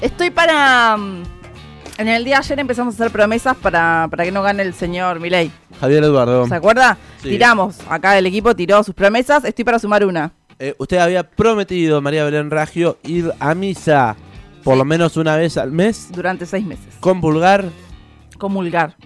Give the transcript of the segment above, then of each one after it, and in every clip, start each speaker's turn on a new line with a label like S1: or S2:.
S1: Estoy para. mm, En el día de ayer empezamos a hacer promesas para, para que no gane el señor Milei.
S2: Javier Eduardo.
S1: ¿Se acuerda?
S2: Sí.
S1: Tiramos. Acá el equipo tiró sus promesas. Estoy para sumar una.
S2: Eh, usted había prometido, María Belén Raggio, ir a misa por lo menos una vez al mes
S1: Durante seis meses.
S2: con pulgar.
S1: Comulgar.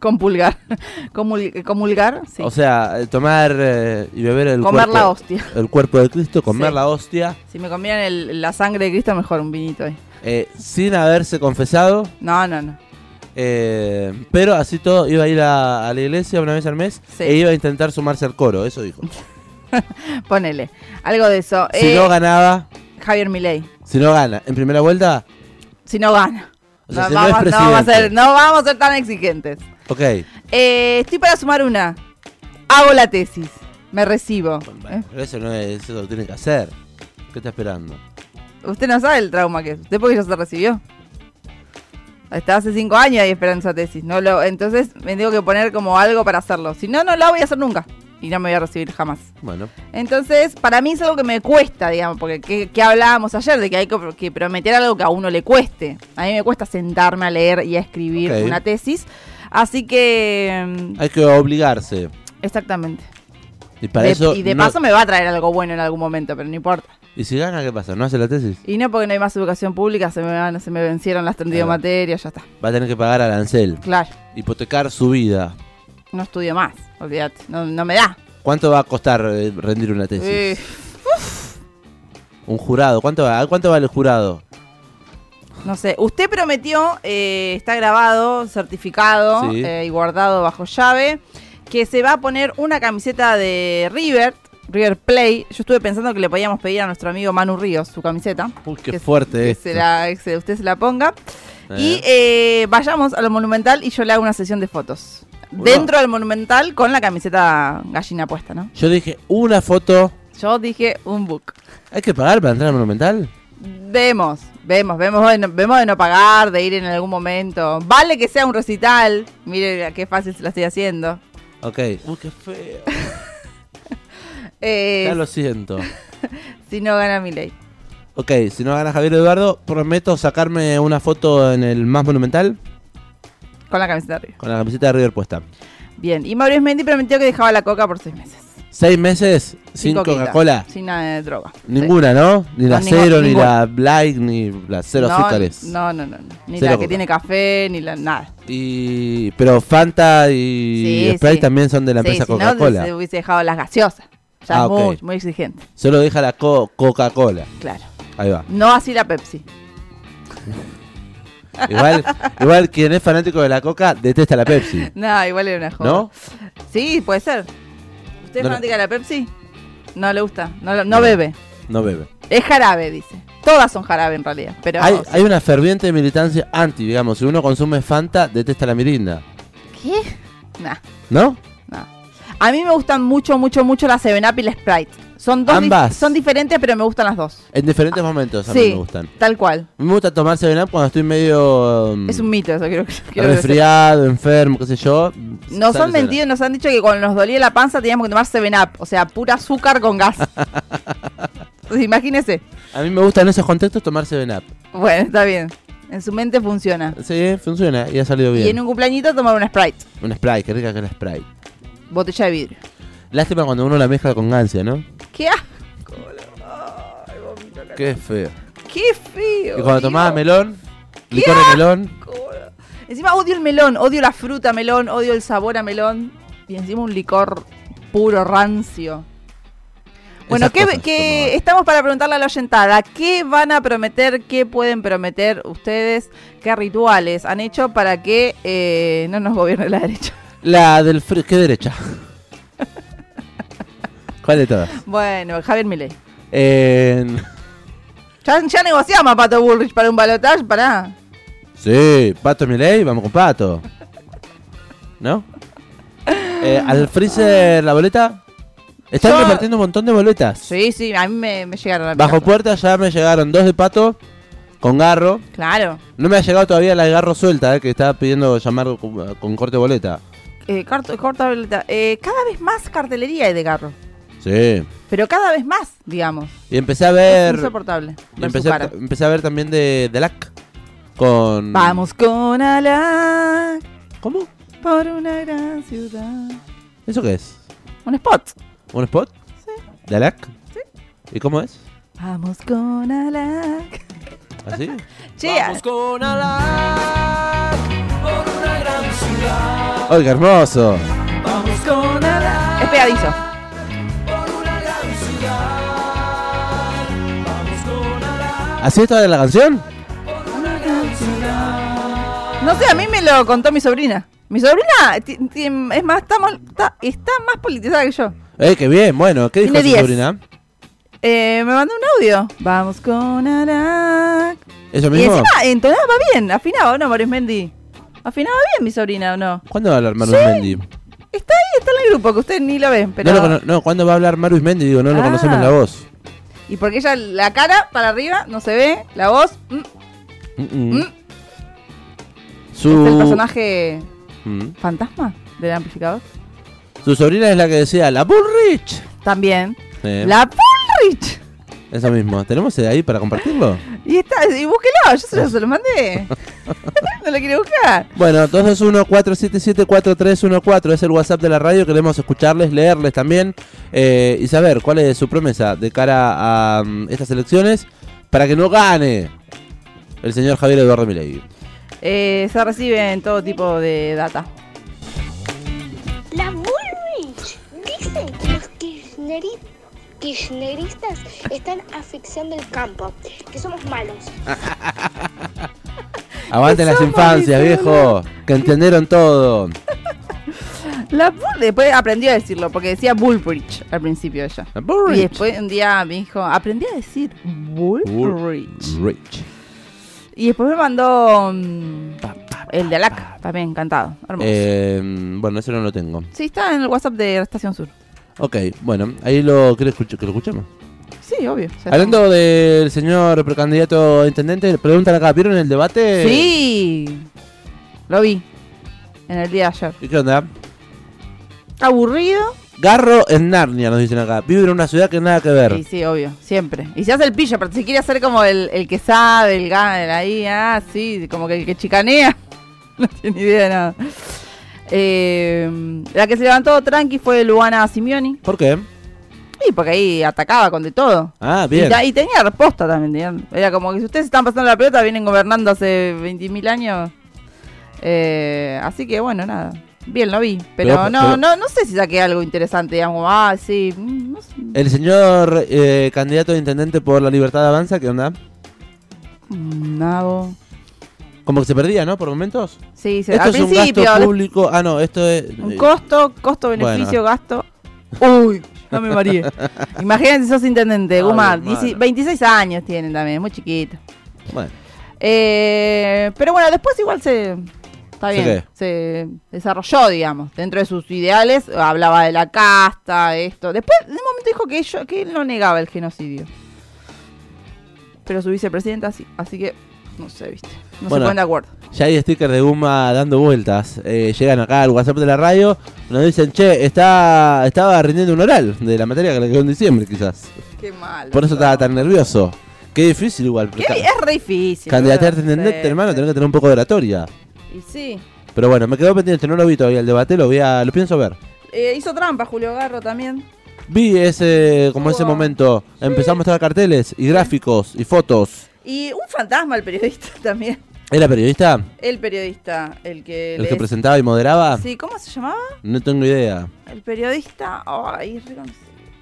S1: Compulgar. Comul- comulgar, sí.
S2: O sea, eh, tomar eh, y beber el
S1: Comer
S2: cuerpo,
S1: la hostia.
S2: el cuerpo de Cristo, comer
S1: Sí.
S2: la hostia,
S1: Si me comían el- la sangre de Cristo, mejor un vinito ahí.
S2: eh, sin haberse confesado.
S1: No, no, no.
S2: eh, pero así todo iba a ir a, a la iglesia una vez al mes
S1: Sí.
S2: e iba a intentar sumarse al coro, eso dijo.
S1: Ponele. Algo de eso.
S2: Si
S1: Eh,
S2: no ganaba,
S1: Javier Milei.
S2: si no gana, en primera vuelta,
S1: Si no gana.
S2: o sea,
S1: no,
S2: si
S1: vamos,
S2: no es
S1: no vamos a ser,
S2: presidente.
S1: no vamos a ser tan exigentes.
S2: Ok.
S1: Eh, estoy para sumar una. Hago la tesis. Me recibo.
S2: Bueno, pero eso no es, eso lo tiene que hacer. ¿Qué está esperando?
S1: Eh, Usted no sabe el trauma que es. Usted porque ya se recibió. Está hace cinco años ahí esperando esa tesis. No lo, entonces me tengo que poner como algo para hacerlo. Si no, no la voy a hacer nunca. Y no me voy a recibir jamás.
S2: Bueno,
S1: Entonces, para mí es algo que me cuesta, digamos, porque que, que hablábamos ayer de que hay que, que prometer algo que a uno le cueste. A mí me cuesta sentarme a leer y a escribir
S2: Ok.
S1: una tesis. Así que... mm,
S2: hay que obligarse.
S1: Exactamente.
S2: Y para
S1: De-
S2: eso.
S1: y de
S2: no-
S1: paso me va a traer algo bueno en algún momento, pero no importa.
S2: ¿Y si gana, qué pasa? ¿No hace la tesis?
S1: Y no porque no hay más educación pública, se me, van- se me vencieron las 32
S2: Claro.
S1: materias, ya está.
S2: Va a tener que pagar al Ansel.
S1: Claro,
S2: Hipotecar su vida.
S1: no estudio más, olvídate, no, no me da.
S2: ¿Cuánto va a costar eh, rendir una tesis?
S1: Eh,
S2: Un jurado. ¿Cuánto, va? ¿Cuánto vale el jurado?
S1: no sé, usted prometió, eh, está grabado, certificado
S2: Sí.
S1: eh, y guardado bajo llave, que se va a poner una camiseta de River, River Play. Yo estuve pensando que le podíamos pedir a nuestro amigo Manu Ríos su camiseta.
S2: Uy, qué
S1: Que-
S2: fuerte
S1: que
S2: esto.
S1: se la- que se- usted se la ponga.
S2: Eh.
S1: Y eh, vayamos a lo monumental y yo le hago una sesión de fotos.
S2: Bueno.
S1: Dentro del monumental con la camiseta gallina puesta, ¿no?
S2: Yo dije, una foto.
S1: Yo dije un book.
S2: ¿Hay que pagar para entrar al Monumental?
S1: Vemos, vemos, vemos de, no, vemos de no pagar, de ir en algún momento. Vale que sea un recital. Mire qué fácil se la estoy haciendo.
S2: Ok. Uy, qué feo.
S1: Eh,
S2: Ya lo siento.
S1: Si no gana mi ley.
S2: Ok, si no gana Javier Eduardo, prometo sacarme una foto en el más monumental
S1: Con la camiseta arriba.
S2: con la camiseta de River puesta.
S1: Bien. Y Mauricio Mendy prometió que dejaba la coca por seis meses.
S2: Seis meses sin
S1: coca
S2: Coca-Cola.
S1: Sin nada de droga.
S2: Ninguna, ¿no? Ni la
S1: No, ningo-
S2: cero, ni
S1: ninguna.
S2: la black, ni la cero
S1: no,
S2: azúcares.
S1: No, no, no. no. Ni
S2: Cero
S1: la que
S2: coca.
S1: tiene café, ni la nada.
S2: Y, pero Fanta y
S1: Sí,
S2: Sprite
S1: sí.
S2: también son de la
S1: Sí,
S2: empresa
S1: si no,
S2: Coca-Cola.
S1: se hubiese dejado las gaseosas. Ya
S2: Ah,
S1: es muy,
S2: ok.
S1: muy exigente,
S2: Solo deja la co- Coca-Cola.
S1: claro.
S2: Ahí va.
S1: No así la Pepsi.
S2: Igual, igual quien es fanático de la Coca detesta la Pepsi.
S1: No, igual era una joda.
S2: ¿No?
S1: Sí, puede ser. ¿Usted es
S2: No, no.
S1: fanática de la Pepsi? No le gusta, no, no bebe.
S2: No bebe.
S1: Es jarabe, dice. Todas son jarabe en realidad, pero...
S2: Hay, hay una ferviente militancia anti, digamos. Si uno consume Fanta, detesta la mirinda.
S1: ¿Qué? Nah,
S2: ¿No?
S1: nah. A mí me gustan mucho, mucho, mucho la 7-Up y la Sprite. Son dos... di-
S2: Ambas.
S1: son diferentes, pero me gustan las dos.
S2: En diferentes momentos a mí
S1: sí,
S2: me gustan.
S1: tal cual.
S2: Me gusta tomar 7 cuando estoy medio um,
S1: Es un mito eso, quiero, que- quiero que lo sepa.
S2: resfriado, enfermo, qué sé yo.
S1: Nos
S2: Sale
S1: han
S2: 7 Up.
S1: mentido, nos han dicho que cuando nos dolía la panza teníamos que tomar 7-Up, o sea, pura azúcar con gas. Pues imagínese.
S2: A mí me gusta en esos contextos tomar 7 Up.
S1: Bueno, está bien. En su mente funciona.
S2: Sí, funciona y ha salido bien.
S1: Y en un cumpleañito tomar una Sprite,
S2: Una Sprite, qué rica que es la Sprite.
S1: botella de vidrio.
S2: Lástima cuando uno la mezcla con gancia, ¿no?
S1: ¡Qué asco! la- Ay, vomito acá.
S2: Qué feo.
S1: ¡Qué feo!
S2: Y cuando tomaba
S1: Dios,
S2: melón, licor de melón,
S1: qué asco. Encima odio el melón, odio la fruta melón, odio el sabor a melón. Y encima un licor puro, rancio. Bueno,
S2: Esas
S1: ¿qué,
S2: cosas
S1: qué-
S2: tomaba.
S1: estamos para preguntarle a la oyentada? ¿Qué van a prometer? ¿Qué pueden prometer ustedes? ¿Qué rituales han hecho para que eh, no nos gobierne la derecha?
S2: la del frío, qué derecha. ¿Cuál de todas?
S1: Bueno, Javier Milei.
S2: Eh,
S1: Ya, ya negociamos a Pato Bullrich para un balotaje, para.
S2: sí, Pato Milei, vamos con Pato. ¿No? Eh, al freezer la boleta. Están
S1: Yo-
S2: repartiendo un montón de boletas.
S1: Sí, sí, a mí me, me llegaron a
S2: Bajo puerta ya me llegaron dos de Pato con garro.
S1: Claro.
S2: No me ha llegado todavía la de garro suelta, eh, que estaba pidiendo llamar con, con corte de boleta.
S1: Eh, carto- corta boleta. Eh, cada vez más cartelería hay de garro.
S2: Sí.
S1: Pero cada vez más, digamos.
S2: Y empecé a
S1: Es
S2: ver.
S1: insoportable.
S2: y
S1: ver su
S2: empecé,
S1: cara.
S2: empecé a ver también de, de LAC. Con.
S1: Vamos con Alain
S2: ¿Cómo?
S1: por una gran ciudad.
S2: ¿Eso qué es?
S1: Un spot.
S2: ¿Un spot?
S1: Sí.
S2: ¿De Alac? Sí. ¿Y cómo es?
S1: Vamos con Alac.
S2: ¿Así?
S1: Che,
S3: con Alac por una gran ciudad.
S2: ¡Ay, qué hermoso!
S3: Vamos con Alac
S1: ah, es pegadizo.
S3: por una gran ciudad. Vamos con Alac
S2: ¿Así es toda la canción?
S3: por una gran ciudad.
S1: No sé, a mí me lo contó mi sobrina. Mi sobrina ti- ti- es más, está, mol- está- está más politizada que yo.
S2: ¡Eh, qué bien! Bueno, ¿qué dijo
S1: Tiene
S2: su
S1: 10.
S2: sobrina?
S1: Eh, me mandó un audio. Vamos con Alac.
S2: ¿Eso
S1: Y
S2: mismo?
S1: encima entonaba bien, afinaba, ¿o no, Maurice Mendy? Afinaba bien mi sobrina, ¿o no?
S2: ¿Cuándo va a hablar Marus
S1: Sí.
S2: Mendy?
S1: Está ahí, está en el grupo, que ustedes ni lo ven, pero...
S2: No, lo cono- no, ¿cuándo va a hablar Marus Mendy? Digo, no lo
S1: Ah.
S2: conocemos la voz.
S1: Y porque ella, la cara para arriba, no se ve, la voz, mm,
S2: Mm, mm.
S1: Mm.
S2: Su...
S1: es el personaje
S2: Mm.
S1: fantasma del amplificador.
S2: Su sobrina es la que decía, la Bullrich.
S1: También.
S2: Sí,
S1: La Bullrich.
S2: Eso mismo. ¿Tenemos eh, ahí para compartirlo?
S1: Y está, y búsquelo, yo se lo, se lo mandé. no lo quiere buscar.
S2: Bueno, 221-477-4314 es el WhatsApp de la radio. Queremos escucharles, leerles también eh, y saber cuál es su promesa de cara a mm, estas elecciones para que no gane el señor Javier Eduardo Milei.
S1: Eh, se reciben todo tipo de data.
S4: La Bullrich dice que los kirchneri- kirchneristas están asfixiando el campo, que somos malos.
S2: Aguanten las
S1: Somos
S2: infancias, viejo,
S1: literal.
S2: que entendieron todo.
S1: La Bull, después aprendió a decirlo, porque decía Bullrich al principio ella.
S2: La
S1: Y
S2: Bullrich.
S1: después un día me dijo, aprendí a decir Bullrich.
S2: Bullrich.
S1: Y después me mandó mm, el de Alac, también encantado, hermoso.
S2: Eh, bueno, eso no lo tengo.
S1: Sí, está en el WhatsApp de la Estación Sur.
S2: Ok, bueno, ahí lo quiero escuchar, que lo escuchemos.
S1: Sí, obvio. O sea,
S2: Hablando del señor precandidato a intendente, preguntan acá, ¿vieron el debate?
S1: Sí. Lo vi. En el día de ayer.
S2: ¿Y qué onda?
S1: Aburrido.
S2: Garro en Narnia, nos dicen acá. Vive en una ciudad que nada que ver.
S1: Sí, sí, obvio. Siempre. Y se hace el pillo, pero se quiere hacer como el, el que sabe, el gana, el ahí, ah, sí, como que el que chicanea. No tiene idea de nada. Eh, la que se levantó tranqui fue Luana Simioni.
S2: ¿Por qué?
S1: Sí, porque ahí atacaba con de todo.
S2: Ah,
S1: Y,
S2: bien.
S1: ta- y tenía respuesta también. tenían- Era como que si ustedes están pasando la pelota, vienen gobernando hace 20.000 años. Eh, así que bueno, nada. Bien, lo vi. Pero,
S2: Pero-
S1: no,
S2: pero-
S1: no no sé si saqué algo interesante. Digamos, ah, sí. mm, no sé.
S2: El señor eh, candidato a intendente por la libertad avanza, ¿qué onda?
S1: Mm, nabo.
S2: Como que se perdía, ¿no? Por momentos.
S1: Sí, se-
S2: esto
S1: al
S2: es un
S1: principio.
S2: gasto
S1: de-
S2: público. Ah, no, esto es.
S1: Un costo, costo-beneficio, gasto. Uy, no me mareé. Imagínense, sos intendente,
S2: Ay,
S1: Guma.
S2: hermano.
S1: 10 26 años tienen también, muy chiquito.
S2: Bueno,
S1: Eh, pero bueno, después igual se. Está
S2: ¿Se
S1: bien.
S2: qué?
S1: Se desarrolló, digamos. Dentro de sus ideales, hablaba de la casta, esto. Después, de un momento dijo que, ello- que él no negaba el genocidio. Pero su vicepresidenta sí. Así que, no sé, viste. No
S2: Bueno.
S1: se ponen de acuerdo.
S2: ya hay stickers de Guma dando vueltas. Eh, llegan acá al WhatsApp de la radio. Nos dicen, che, está, estaba rindiendo un oral de la materia que le quedó en diciembre, quizás.
S1: Qué malo.
S2: Por eso estaba tan nervioso. Qué difícil, igual.
S1: Qué
S2: ca-
S1: di- es re difícil.
S2: Candidatearte a
S1: boludo.
S2: intendente,
S1: Sí,
S2: hermano,
S1: sí.
S2: tenés que tener un poco de oratoria.
S1: Y sí.
S2: Pero bueno, me quedó pendiente, no lo vi todavía el debate, lo voy a, lo pienso ver.
S1: Eh, hizo trampa Julio Garro también.
S2: Vi ese, como ese
S1: Wow.
S2: momento, empezamos a mostrar carteles y gráficos y fotos.
S1: Y un fantasma, el periodista también.
S2: ¿Era periodista?
S1: El periodista, el que.
S2: ¿El
S1: le
S2: que
S1: dec-
S2: presentaba y moderaba?
S1: Sí, ¿cómo se llamaba?
S2: No tengo idea.
S1: El periodista, ay, re conocido.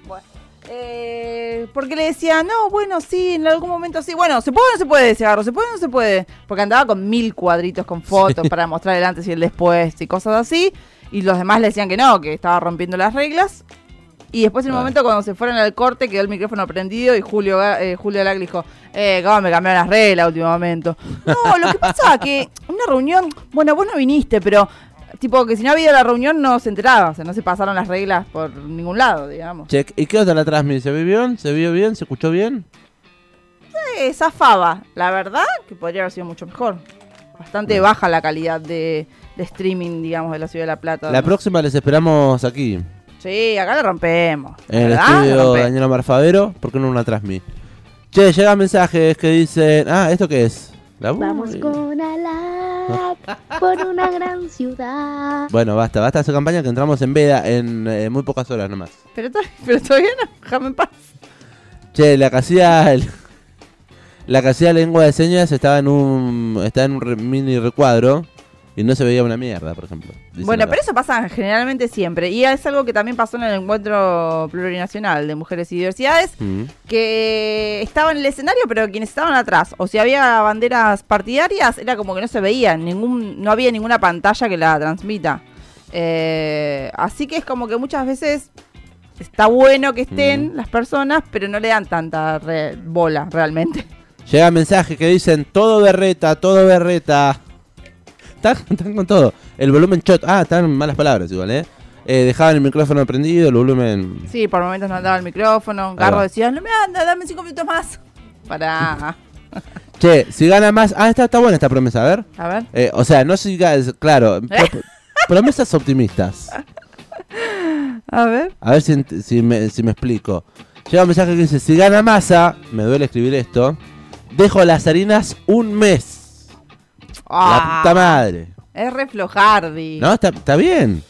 S1: Bueno, eh, porque le decía, no, bueno, sí, en algún momento sí. Bueno, ¿se puede o no se puede? Decía Garro, ¿se puede o no se puede? Porque andaba con mil cuadritos con fotos para mostrar el antes y el después y cosas así. Y los demás le decían que no, que estaba rompiendo las reglas. Y después, en un
S2: Ay.
S1: momento, cuando se fueron al corte, quedó el micrófono prendido y Julio, Ga- eh, Julio Lac dijo: Eh, cómo me cambiaron las reglas último momento. No, lo que pasa que una reunión, bueno, vos no viniste, pero tipo que si no había la reunión no se enteraba, o sea, no se pasaron las reglas por ningún lado, digamos.
S2: Check. ¿Y qué onda la transmisión? ¿Se vio bien? ¿Se vio bien? ¿Se escuchó bien?
S1: Eh, zafaba, la verdad, que podría haber sido mucho mejor. Bastante baja la calidad de, de streaming, digamos, de la Ciudad de La Plata.
S2: La próxima les esperamos aquí,
S1: Sí, acá la rompemos.
S2: en el
S1: ¿verdad? La
S2: estudio
S1: rompemos.
S2: Daniela Marfavero, porque no una transmi. Che, llegan mensajes que dicen, ah, ¿esto qué es? La
S5: Vamos
S2: Bullrich.
S5: con Alap por una gran ciudad.
S2: Bueno, basta, basta de su campaña que entramos en veda en eh, muy pocas horas nomás.
S1: Pero, to- pero todavía no, déjame en paz.
S2: Che, la que hacía el- la que hacía lengua de señas estaba en un está en un re- mini recuadro y no se veía una mierda, por ejemplo. Dicen
S1: Bueno,
S2: acá.
S1: pero eso pasa generalmente siempre. Y es algo que también pasó en el encuentro plurinacional de mujeres y diversidades,
S2: Mm.
S1: que estaban en el escenario, pero quienes estaban atrás, o si había banderas partidarias, era como que no se veía, ningún, no había ninguna pantalla que la transmita. Eh, así que es como que muchas veces está bueno que estén las personas, pero no le dan tanta re- bola realmente.
S2: Llega mensajes que dicen todo berreta, todo berreta. Están, están con todo. El volumen shot. Ah, están malas palabras igual, eh. Eh, dejaban el micrófono prendido, el volumen.
S1: Sí, por momentos no andaba el micrófono, Garro
S2: va.
S1: decía, no me anda, dame cinco minutos más. Para...
S2: Che, si gana más. Ah, está, está buena esta promesa, a ver.
S1: A ver.
S2: Eh, o sea, no sigas, claro. pro- promesas optimistas.
S1: A ver.
S2: A ver si, ent- si me, si me explico. Llega un mensaje que dice, si gana masa, me duele escribir esto, dejo las harinas un mes. La puta madre.
S1: Ah, Es reflojardi.
S2: No, está, está bien.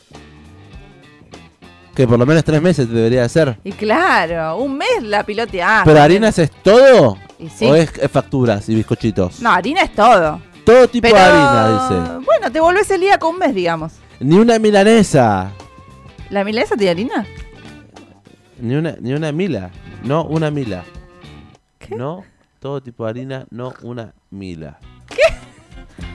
S2: Que por lo menos tres meses debería ser.
S1: Y claro, un mes la piloteaste.
S2: ¿Pero harinas es todo?
S1: Y sí.
S2: ¿O es eh, facturas y bizcochitos?
S1: No, harina es todo.
S2: Todo tipo
S1: Pero...
S2: de harina, dice.
S1: Bueno, te volvés el día con un mes, digamos.
S2: Ni una milanesa.
S1: ¿La milanesa tiene harina?
S2: Ni una, ni una mila. No una mila.
S1: ¿Qué?
S2: No todo tipo de harina, no una mila.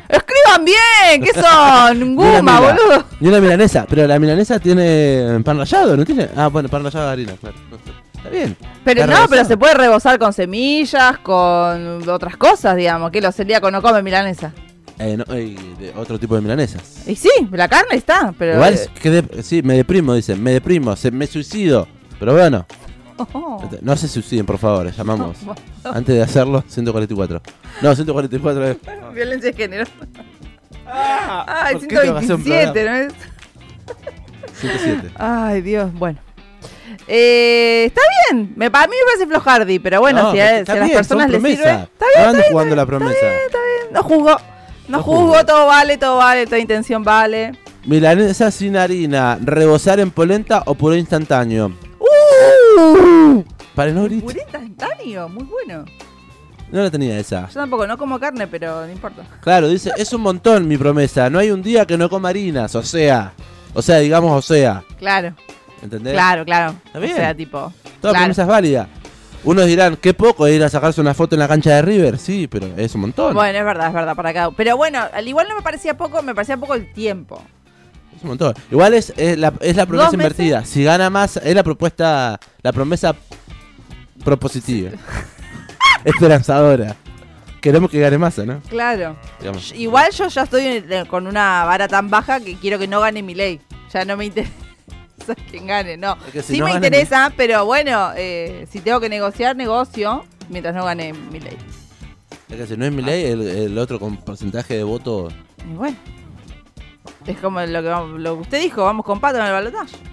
S1: ¡Escriban bien! ¿Qué son?
S2: Ni una
S1: ¡Guma,
S2: mila-
S1: boludo!
S2: Ni una milanesa, pero la milanesa tiene pan rallado, ¿no tiene? Ah, bueno, pan rallado de harina, claro. No sé. Está bien.
S1: Pero
S2: Está
S1: no,
S2: rebozado.
S1: pero se puede rebozar con semillas, con otras cosas, digamos. Que los celíacos no comen milanesa.
S2: Eh, no, eh, de otro tipo de milanesas.
S1: Y sí, la carne está, pero. eh,
S2: Igual, es que de- sí, me deprimo, dicen, me deprimo, se, me suicido. Pero bueno,
S1: Oh.
S2: no se suiciden, por favor, les llamamos.
S1: No,
S2: Antes de hacerlo, 144. No, 144 es...
S1: Violencia de género. Ay,
S2: Ah, ¿por qué tengo que hacer un
S1: 127, ¿no es?
S2: 107.
S1: Ay, Dios, bueno. Eh, está bien, me, para mí me parece flojardi, pero bueno,
S2: No,
S1: si
S2: pero
S1: a,
S2: está
S1: si a las
S2: bien, son
S1: personas les sirve. Está
S2: promesas.
S1: bien,
S2: Estaban
S1: está bien,
S2: jugando la
S1: está bien,
S2: promesa.
S1: Está bien, no juzgo. No,
S2: No
S1: juzgo,
S2: juzgo.
S1: todo vale, todo vale, toda intención vale.
S2: Milanesa sin harina, rebozar en polenta o puré instantáneo.
S1: ¡Uh!
S2: Para no gritar.
S1: Puré instantáneo, muy bueno.
S2: No la tenía esa.
S1: Yo tampoco, no como carne, pero no importa.
S2: Claro, dice, es un montón mi promesa. No hay un día que no coma harinas, o sea. O sea, digamos, o sea.
S1: Claro,
S2: ¿Entendés?
S1: claro, claro.
S2: Está bien.
S1: O sea, tipo.
S2: Toda
S1: claro.
S2: promesa es válida. Unos dirán, qué poco ir a sacarse una foto en la cancha de River. Sí, pero es un montón.
S1: Bueno, es verdad, es verdad, para cada Pero bueno, al igual no me parecía poco, me parecía poco el tiempo.
S2: Es un montón. Igual es, es la, es la promesa
S1: ¿Dos meses?
S2: invertida. Si gana más, es la propuesta, la promesa propositiva. Esperanzadora. Queremos que gane más, ¿no?
S1: Claro.
S2: Digamos.
S1: Igual yo ya estoy en- eh, con una vara tan baja que quiero que no gane mi ley. Ya no me interesa quién gane, no.
S2: Es que si
S1: sí
S2: no
S1: me
S2: gana
S1: interesa, pero bueno, eh, si tengo que negociar, negocio mientras no gane mi ley.
S2: Es que si no es mi ley, el, el otro con porcentaje de voto
S1: Y bueno. Es como lo que, vamos- lo que usted dijo, vamos con pato en el balotaje.